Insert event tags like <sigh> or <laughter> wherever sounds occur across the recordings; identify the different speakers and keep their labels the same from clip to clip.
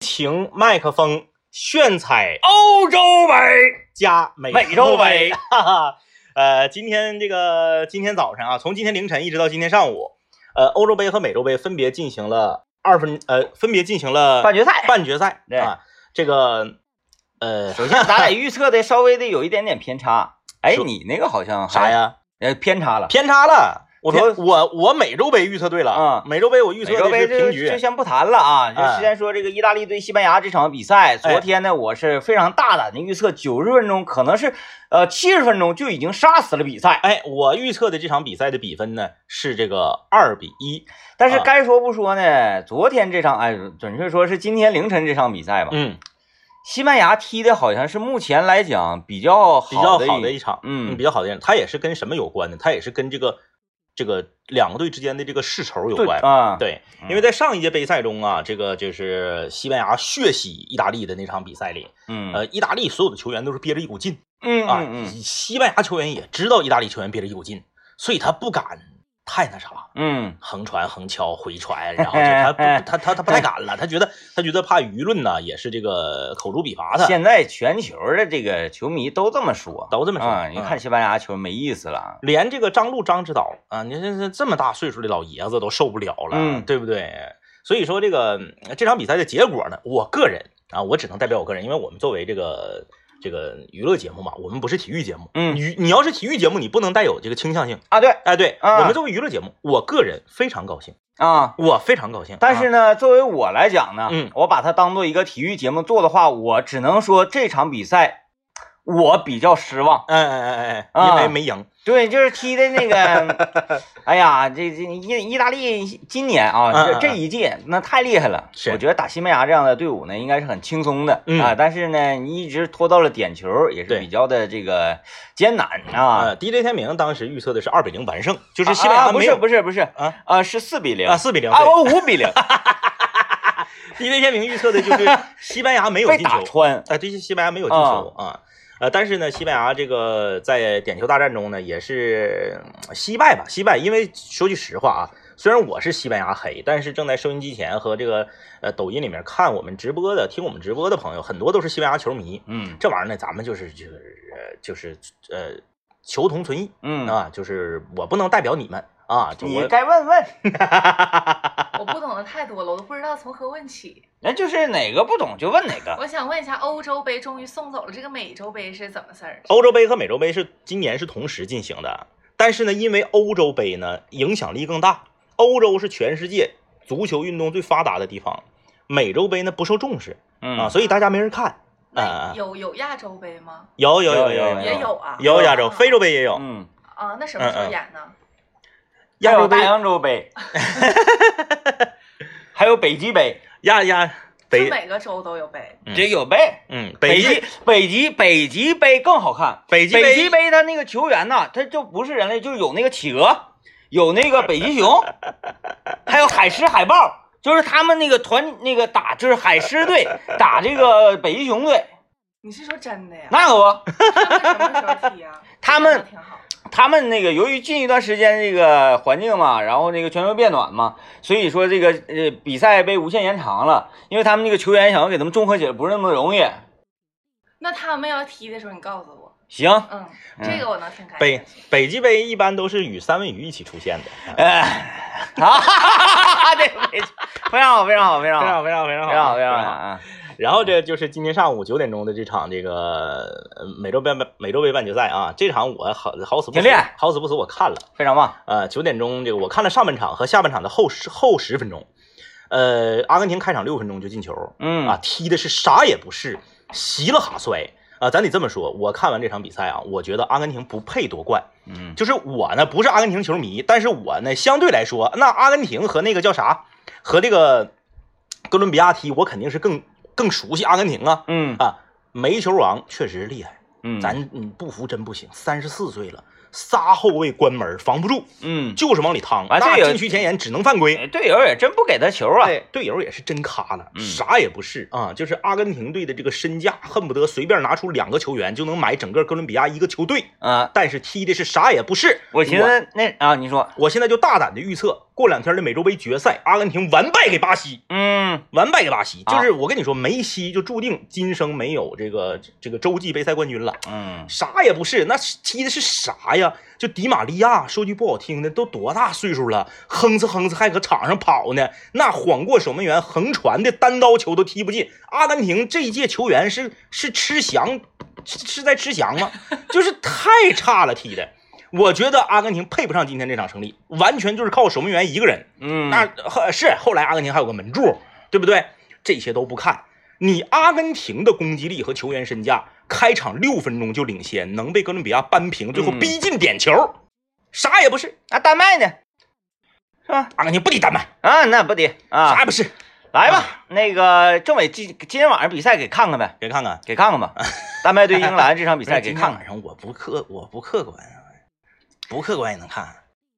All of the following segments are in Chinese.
Speaker 1: 情麦克风炫彩
Speaker 2: 欧洲杯，
Speaker 1: 加美
Speaker 2: 美洲杯
Speaker 1: 哈哈， <laughs> 呃，今天这个今天早晨啊，从今天凌晨一直到今天上午，呃，欧洲杯和美洲杯分别进行了二分呃，分别进行了
Speaker 2: 半
Speaker 1: <laughs>
Speaker 2: 决赛。
Speaker 1: 半决赛
Speaker 2: 对
Speaker 1: 啊，这个呃
Speaker 2: 首先，咱俩预测的稍微的有一点点偏差。哎，
Speaker 1: 说
Speaker 2: 你那个好像
Speaker 1: <laughs>
Speaker 2: 还
Speaker 1: 啥？呀？
Speaker 2: 呃，偏差了。
Speaker 1: 偏差了。我
Speaker 2: 偏
Speaker 1: 说我我美洲杯预测对了
Speaker 2: 啊
Speaker 1: 美洲杯我预测
Speaker 2: 美洲
Speaker 1: 的
Speaker 2: 杯
Speaker 1: 是
Speaker 2: 就
Speaker 1: 平
Speaker 2: 就
Speaker 1: 局，
Speaker 2: 先不谈了啊，就
Speaker 1: 哎
Speaker 2: 之前说这个意大利对西班牙这场比赛，昨天呢我是非常大胆的预测，九十分钟可能是呃七十分钟就已经杀死了比赛，
Speaker 1: 哎，我预测的这场比赛的比分呢是这个二比一，
Speaker 2: 但是
Speaker 1: 啊
Speaker 2: 该说不说呢，昨天这场哎，准确说是今天凌晨这场比赛吧，
Speaker 1: 嗯，
Speaker 2: 西班牙踢的好像是目前来讲比较
Speaker 1: 比较
Speaker 2: 好的
Speaker 1: 好的
Speaker 2: 一
Speaker 1: 一场，
Speaker 2: 嗯
Speaker 1: 比较好的一场，它也是跟什么有关呢？它也是跟这个这个两个队之间的这个世仇有
Speaker 2: 对
Speaker 1: 关，
Speaker 2: 啊，
Speaker 1: 对，因为在上一届杯赛中啊，这个就是西班牙血洗意大利的那场比赛里，
Speaker 2: 嗯
Speaker 1: 呃，意大利所有的球员都是憋着一股劲
Speaker 2: 嗯
Speaker 1: 啊，
Speaker 2: 嗯嗯
Speaker 1: 西班牙球员也知道意大利球员憋着一股劲，所以他不敢太那啥。
Speaker 2: 嗯，
Speaker 1: 横传、横敲、回传，然后就他
Speaker 2: <laughs>
Speaker 1: 不他他他不太敢了，他觉得他觉得怕舆论呢，也是这个口诛笔伐他，
Speaker 2: 现在全球的这个球迷都这么说，
Speaker 1: 都这么说。
Speaker 2: 啊，你
Speaker 1: 嗯，
Speaker 2: 看西班牙球没意思了，
Speaker 1: 连这个张路张指导啊，你这这这么大岁数的老爷子都受不了了，
Speaker 2: 嗯
Speaker 1: 对不对？所以说这个嗯这场比赛的结果呢，我个人啊，我只能代表我个人，因为我们作为这个这个娱乐节目嘛，我们不是体育节目，
Speaker 2: 嗯
Speaker 1: 你你要是体育节目，你不能带有这个倾向性。
Speaker 2: 啊对
Speaker 1: 哎，对，
Speaker 2: 啊
Speaker 1: 我们作为娱乐节目，我个人非常高兴，
Speaker 2: 啊。
Speaker 1: 我非常高兴。
Speaker 2: 但是
Speaker 1: 啊
Speaker 2: 呢，作为我来讲呢，
Speaker 1: 嗯
Speaker 2: 我把它当做一个体育节目做的话，我只能说这场比赛我比较失望。
Speaker 1: 哎哎哎哎，因
Speaker 2: 啊
Speaker 1: 为没赢，
Speaker 2: 对，就是踢的那 <laughs> 个，哎呀，这这意意大利今年啊，
Speaker 1: 嗯嗯
Speaker 2: 这这一届那太厉害了。
Speaker 1: 是
Speaker 2: 我觉得打西班牙这样的队伍呢，应该是很轻松的、
Speaker 1: 嗯
Speaker 2: 啊。但是呢，你一直拖到了点球，也是
Speaker 1: 对
Speaker 2: 比较的这个艰难啊。
Speaker 1: 呃，DJ 天明当时预测的是二比零完胜，就是西班
Speaker 2: 啊啊
Speaker 1: 牙
Speaker 2: 不
Speaker 1: 没
Speaker 2: 是
Speaker 1: 有
Speaker 2: 不是不是
Speaker 1: 啊
Speaker 2: 啊，是四比零
Speaker 1: 啊，四比零哎
Speaker 2: 啊，我五
Speaker 1: <laughs>
Speaker 2: 比零
Speaker 1: DJ 天明预测的就是
Speaker 2: <laughs>
Speaker 1: 西班牙没有
Speaker 2: 被
Speaker 1: 进
Speaker 2: 打
Speaker 1: 球，
Speaker 2: 穿。
Speaker 1: 啊，对，西班牙没有进球啊，呃，但是呢，西班牙这个在点球大战中呢，也是嗯惜败吧，惜败。因为说句实话啊，虽然我是西班牙黑，但是正在收音机前和这个呃抖音里面看我们直播的、听我们直播的朋友，很多都是西班牙球迷。
Speaker 2: 嗯
Speaker 1: 这玩意儿呢，咱们就是就是呃就是呃求同存异
Speaker 2: 嗯，
Speaker 1: 啊，就是我不能代表你们啊，就
Speaker 2: 你
Speaker 1: 我
Speaker 2: 该问问。
Speaker 3: 我不懂的太多了，我都不知道从何问起。
Speaker 2: 那就是哪个不懂就问哪个。
Speaker 1: 啊
Speaker 3: 我想问一下，欧洲杯终于送走了这个美洲杯是怎么事儿？
Speaker 1: 欧洲杯和美洲杯是今年是同时进行的，但是呢，因为欧洲杯呢影响力更大，欧洲是全世界足球运动最发达的地方，美洲杯呢不受重视
Speaker 2: 嗯
Speaker 1: 啊，所以大家没人看。
Speaker 3: 那
Speaker 1: 啊，
Speaker 3: 有有亚洲杯吗？
Speaker 1: 有有
Speaker 2: 有
Speaker 1: 有
Speaker 2: 没
Speaker 3: 也有啊，
Speaker 1: 有亚洲，非洲杯也有，
Speaker 2: 嗯，
Speaker 3: 啊。那什么时
Speaker 1: 嗯
Speaker 3: 候
Speaker 1: 嗯
Speaker 3: 演呢？
Speaker 2: 还
Speaker 1: 亚
Speaker 2: 有
Speaker 1: 洲杯
Speaker 2: 大洋洲
Speaker 1: <laughs>
Speaker 2: 杯，还有北极杯，
Speaker 1: 亚亚
Speaker 3: 就
Speaker 1: 北，
Speaker 3: 每个州都有杯。
Speaker 1: 嗯
Speaker 2: 这有杯。
Speaker 1: 嗯，
Speaker 2: 北
Speaker 1: 极
Speaker 2: 极北极北极杯更好看。
Speaker 1: 北极
Speaker 2: 北极杯他那个球员呐，他就不是人类，就有那个企鹅，有那个北
Speaker 1: <laughs>
Speaker 2: 极熊，还有海狮、海豹，就是他们那个团那个打，就是海狮
Speaker 1: <laughs>
Speaker 2: 队打这个北极熊队，
Speaker 3: 你是说真
Speaker 1: <laughs>
Speaker 3: 的呀？
Speaker 2: 那可不。
Speaker 3: 他们什么时候踢啊？
Speaker 2: 他们
Speaker 3: 挺好。
Speaker 2: 他们那个由于近一段时间这个环境嘛，然后那个全球变暖嘛，所以说这个呃比赛被无限延长了，因为他们那个球员想要给他们综合起来不是那么容易。
Speaker 3: 那他们要踢的时候，你告诉我。
Speaker 2: 行，
Speaker 3: 嗯，这个我能听开心。
Speaker 1: 北北极杯一般都是与三文鱼一起出现的，
Speaker 2: 哎， <laughs> 啊， <laughs> 对，没错非常好，非常好，非
Speaker 1: 非
Speaker 2: 常好，
Speaker 1: 常非常非常
Speaker 2: 非常好，
Speaker 1: 好，
Speaker 2: 非常好。啊！
Speaker 1: 然后这就是今天上午九点钟的这场这个呃美洲杯美洲杯半决赛啊，这场我好好死不
Speaker 2: 挺
Speaker 1: 死
Speaker 2: 厉害，
Speaker 1: 好死不死我看了，
Speaker 2: 非常棒。
Speaker 1: 呃，九点钟这个我看了上半场和下半场的后十后十分钟，呃，阿根廷开场六分钟就进球
Speaker 2: 嗯
Speaker 1: 啊，踢的是啥也不是，稀了哈摔啊、咱得这么说，我看完这场比赛啊，我觉得阿根廷不配夺冠，
Speaker 2: 嗯
Speaker 1: 就是我呢不是阿根廷球迷，但是我呢相对来说，那阿根廷和那个叫啥，和这个哥伦比亚踢，我肯定是更更熟悉阿根廷啊
Speaker 2: 嗯
Speaker 1: 啊，煤球王确实厉害，
Speaker 2: 嗯，
Speaker 1: 咱嗯不服真不行，三十四岁了，仨后卫关门防不住，
Speaker 2: 嗯
Speaker 1: 就是往里趟，
Speaker 2: 完
Speaker 1: 那
Speaker 2: 这有
Speaker 1: 禁区前沿只能犯规。
Speaker 2: 哎队友也真不给他球啊。
Speaker 1: 对，队友也是真咖了，
Speaker 2: 嗯
Speaker 1: 啥也不是啊，就是阿根廷队的这个身价，恨不得随便拿出两个球员就能买整个哥伦比亚一个球队，
Speaker 2: 啊，
Speaker 1: 但是踢的是啥也不是。
Speaker 2: 我寻思那啊，你说，
Speaker 1: 我现在就大胆的预测，过两天的美洲杯决赛，阿根廷完败给巴西。
Speaker 2: 嗯，
Speaker 1: 完败给巴西。
Speaker 2: 啊
Speaker 1: 就是我跟你说，梅西就注定今生没有这个这个洲际杯赛冠军了。
Speaker 2: 嗯，
Speaker 1: 啥也不是，那是踢的是啥呀？就迪玛利亚，说句不好听的，都多大岁数了，哼哧哼哧还搁场上跑呢，那晃过守门员，横传的单刀球都踢不进。阿根廷这一届球员是是吃翔，是是在吃翔吗？ <laughs> 就是太差了踢的。我觉得阿根廷配不上今天这场胜利，完全就是靠守门员一个人。
Speaker 2: 嗯，
Speaker 1: 那后是后来阿根廷还有个门柱，对不对？这些都不看，你阿根廷的攻击力和球员身价，开场六分钟就领先，能被哥伦比亚扳平，最后
Speaker 2: 嗯
Speaker 1: 逼近点球，啥也不是。
Speaker 2: 那丹麦呢？是吧？
Speaker 1: 阿根廷不敌丹麦，
Speaker 2: 啊，那不得
Speaker 1: 啥啊
Speaker 2: 啊
Speaker 1: 也，不是。
Speaker 2: 来吧，那个政委今今天晚上比赛给看看呗，
Speaker 1: 给看看
Speaker 2: 给看
Speaker 1: <laughs>
Speaker 2: 看吧，丹麦对英格兰这场比
Speaker 1: 比
Speaker 2: 赛给
Speaker 1: 今
Speaker 2: 看
Speaker 1: 天
Speaker 2: 看，
Speaker 1: 晚上我不客我不客观啊，不客观也能看。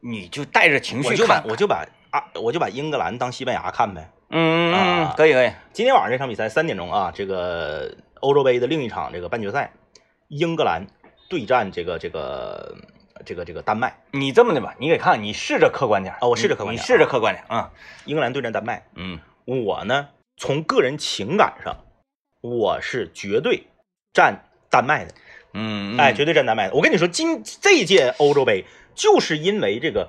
Speaker 2: 你就带着情
Speaker 1: 我
Speaker 2: 绪
Speaker 1: 就把
Speaker 2: 看看，
Speaker 1: 我就把啊我就把英格兰当西班牙看呗。
Speaker 2: 嗯嗯
Speaker 1: 啊
Speaker 2: 嗯，可以可以，
Speaker 1: 今天晚上这场比赛三点钟啊，这个欧洲杯的另一场这个半决赛，英格兰对战这个这个呃这个这个丹麦。
Speaker 2: 你这么的吧，你给看，你试着客观点
Speaker 1: 啊我试着
Speaker 2: 你
Speaker 1: 客观点
Speaker 2: 你试着客观点啊，
Speaker 1: 英格兰对战丹麦，
Speaker 2: 嗯
Speaker 1: 我呢从个人情感上，我是绝对站丹麦的，
Speaker 2: 嗯，嗯
Speaker 1: 哎，绝对站丹麦的。我跟你说，今这一届欧洲杯就是因为这个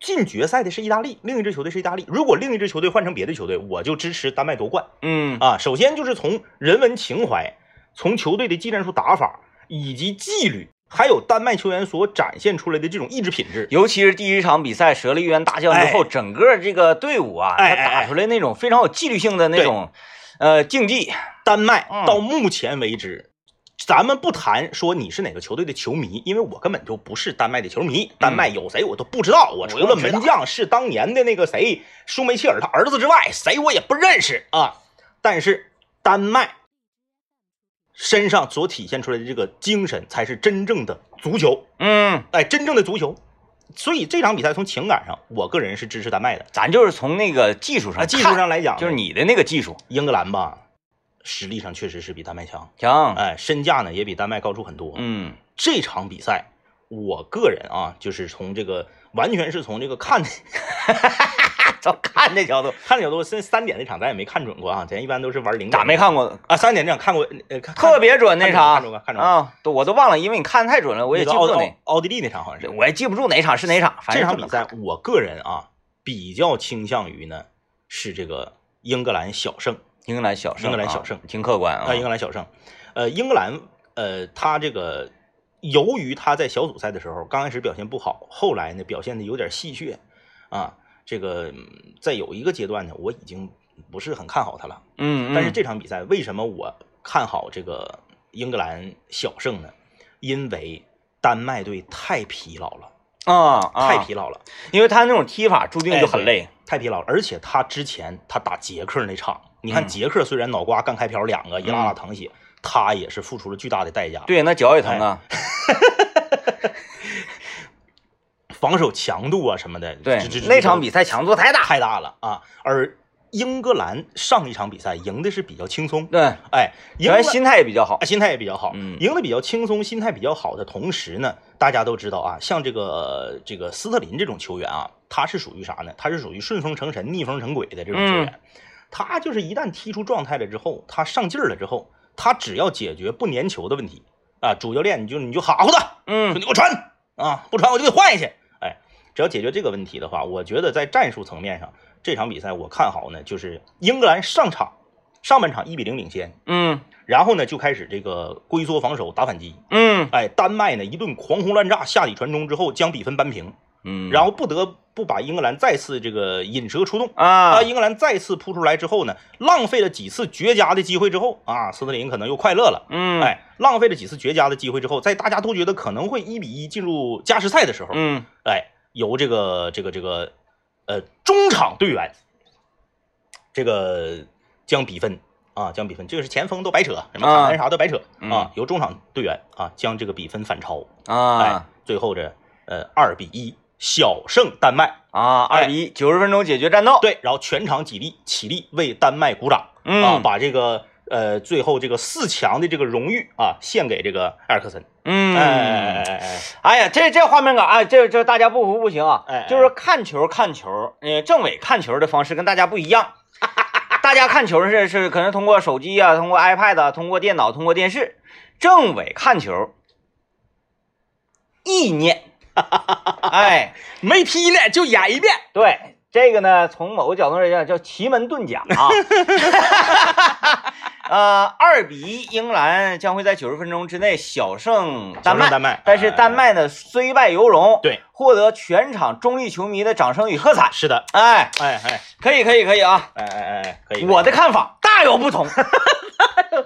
Speaker 1: 进决赛的是意大利，另一支球队是意大利。如果另一支球队换成别的球队，我就支持丹麦夺冠
Speaker 2: 嗯
Speaker 1: 啊。首先就是从人文情怀，从球队的技战术打法以及纪律，还有丹麦球员所展现出来的这种意志品质，
Speaker 2: 尤其是第一场比赛折了一员大将之后，
Speaker 1: 哎
Speaker 2: 整个这个队伍啊，
Speaker 1: 哎
Speaker 2: 他
Speaker 1: 哎哎
Speaker 2: 打出来那种非常有纪律性的那种，呃，竞技，
Speaker 1: 丹麦
Speaker 2: 嗯
Speaker 1: 到目前为止，咱们不谈说你是哪个球队的球迷，因为我根本就不是丹麦的球迷，丹麦有谁我都不知道，嗯我除了门将是当年的那个谁舒梅切尔他儿子之外，谁我也不认识啊。但是丹麦身上所体现出来的这个精神，才是真正的足球，
Speaker 2: 嗯，
Speaker 1: 哎，真正的足球。所以这场比赛从情感上，我个人是支持丹麦的。
Speaker 2: 咱就是从那个技术上
Speaker 1: 啊，
Speaker 2: 看，
Speaker 1: 技术上来讲，
Speaker 2: 就是你的那个技术
Speaker 1: 英格兰吧，实力上确实是比丹麦强。
Speaker 2: 强，
Speaker 1: 哎，身价呢也比丹麦高出很多。
Speaker 2: 嗯
Speaker 1: 这场比赛，我个人啊，就是从这个完全是从这个看
Speaker 2: 就看这角度，
Speaker 1: 看的角度，三三点那场咱也没看准过啊，咱一般都是玩零点。
Speaker 2: 咋没看过？
Speaker 1: 啊？三点这场看过，呃，看
Speaker 2: 特别准那
Speaker 1: 看着
Speaker 2: 场
Speaker 1: 看着看着
Speaker 2: 啊，都我都忘了，因为你看太准了，我
Speaker 1: 我
Speaker 2: 也记
Speaker 1: 奥
Speaker 2: 不住
Speaker 1: 奥
Speaker 2: 那，
Speaker 1: 奥地利那场好像是。
Speaker 2: 我也记不住哪场是哪场，反
Speaker 1: 这
Speaker 2: 正
Speaker 1: 场
Speaker 2: 就
Speaker 1: 比
Speaker 2: 能
Speaker 1: 赛，我个人啊比较倾向于呢是这个英格兰小胜
Speaker 2: 英格兰小胜啊，
Speaker 1: 英格兰小胜
Speaker 2: 挺客观
Speaker 1: 啊、
Speaker 2: 啊，
Speaker 1: 英格兰小胜。呃，英格兰呃，他这个由于他在小组赛的时候刚开始表现不好，后来呢表现的有点戏谑啊。这个嗯在有一个阶段呢，我已经不是很看好他了。
Speaker 2: 嗯，嗯
Speaker 1: 但是这场比赛为什么我看好这个英格兰小胜呢？因为丹麦队太疲劳了，
Speaker 2: 啊啊
Speaker 1: 太疲劳了，
Speaker 2: 因为他那种踢法注定
Speaker 1: 哎
Speaker 2: 就很
Speaker 1: 对
Speaker 2: 累，
Speaker 1: 太疲劳了。而且他之前他打捷克那场，你看
Speaker 2: 嗯
Speaker 1: 捷克虽然脑瓜干开瓢两个，一拉拉
Speaker 2: 嗯
Speaker 1: 淌血，他也是付出了巨大的代价。
Speaker 2: 对，那脚
Speaker 1: 哎
Speaker 2: 也疼啊，
Speaker 1: 防守强度啊什么的，
Speaker 2: 对
Speaker 1: 这这，
Speaker 2: 那场比赛强度太大，
Speaker 1: 太大了啊！而英格兰上一场比赛赢的是比较轻松，
Speaker 2: 对，
Speaker 1: 哎，赢
Speaker 2: 球员
Speaker 1: 了
Speaker 2: 心态也比较好
Speaker 1: 啊，心态也比较好，
Speaker 2: 嗯
Speaker 1: 赢得比较轻松，心态比较好的同时呢，大家都知道啊，像这个这个斯特林这种球员啊，他是属于啥呢？他是属于顺风成神、逆风成鬼的
Speaker 2: 嗯
Speaker 1: 这种球员，他就是一旦踢出状态了之后，他上劲儿了之后，他只要解决不粘球的问题啊，主教练你就你就哈呼他，说
Speaker 2: 嗯
Speaker 1: 你给我传啊，不传我就给你换下去。哎，只要解决这个问题的话，我觉得在战术层面上，这场比赛我看好呢，就是英格兰上场上半场一比零领先，
Speaker 2: 嗯
Speaker 1: 然后呢就开始这个龟缩防守打反击。
Speaker 2: 嗯
Speaker 1: 哎，丹麦呢一顿狂轰滥炸下底传中之后将比分扳平，
Speaker 2: 嗯，
Speaker 1: 然后不得不把英格兰再次这个引蛇出洞。
Speaker 2: 啊
Speaker 1: 啊，，英格兰再次扑出来之后呢，浪费了几次绝佳的机会之后啊，斯特林可能又快乐了。
Speaker 2: 嗯
Speaker 1: 哎，浪费了几次绝佳的机会之后，在大家都觉得可能会一比一进入加时赛的时候，
Speaker 2: 嗯
Speaker 1: 哎，由这个这个这个呃中场队员这个将比分啊将比分，这个是前锋都白扯，什么
Speaker 2: 啊
Speaker 1: 卡兰啥都白扯
Speaker 2: 嗯
Speaker 1: 啊，由中场队员啊将这个比分反超，哎
Speaker 2: 啊，
Speaker 1: 最后这呃二比一小胜丹麦，
Speaker 2: 啊，二
Speaker 1: 哎
Speaker 2: 比一，九十分钟解决战斗，
Speaker 1: 对，然后全场起立起立为丹麦鼓掌啊，
Speaker 2: 嗯
Speaker 1: 把这个。呃，最后这个四强的这个荣誉啊，献给这个埃尔克森。哎哎哎
Speaker 2: 嗯，
Speaker 1: 哎哎，
Speaker 2: 哎呀，这这画面感啊，这这大家不服不行啊
Speaker 1: 哎哎，
Speaker 2: 就是看球看球，呃，政委看球的方式跟大家不一样，大家看球是是可能通过手机啊，通过 iPad 啊，通过电脑，通过电视。政委看球，意念，
Speaker 1: <laughs>
Speaker 2: 哎，
Speaker 1: 没踢呢就演一遍，
Speaker 2: 对这个呢，从某个角度来讲叫奇门遁甲啊。
Speaker 1: <laughs>
Speaker 2: 呃，二比一，英格兰将会在九十分钟之内小胜丹
Speaker 1: 小
Speaker 2: 麦。
Speaker 1: 胜丹麦哎
Speaker 2: 但是丹麦呢，虽败犹荣，
Speaker 1: 对，
Speaker 2: 获得全场中立球迷的掌声与喝彩。
Speaker 1: 是的，
Speaker 2: 哎，
Speaker 1: 哎哎
Speaker 2: 可以，可以，可以啊！
Speaker 1: 哎哎哎，可以，
Speaker 2: 我的看法大有不同。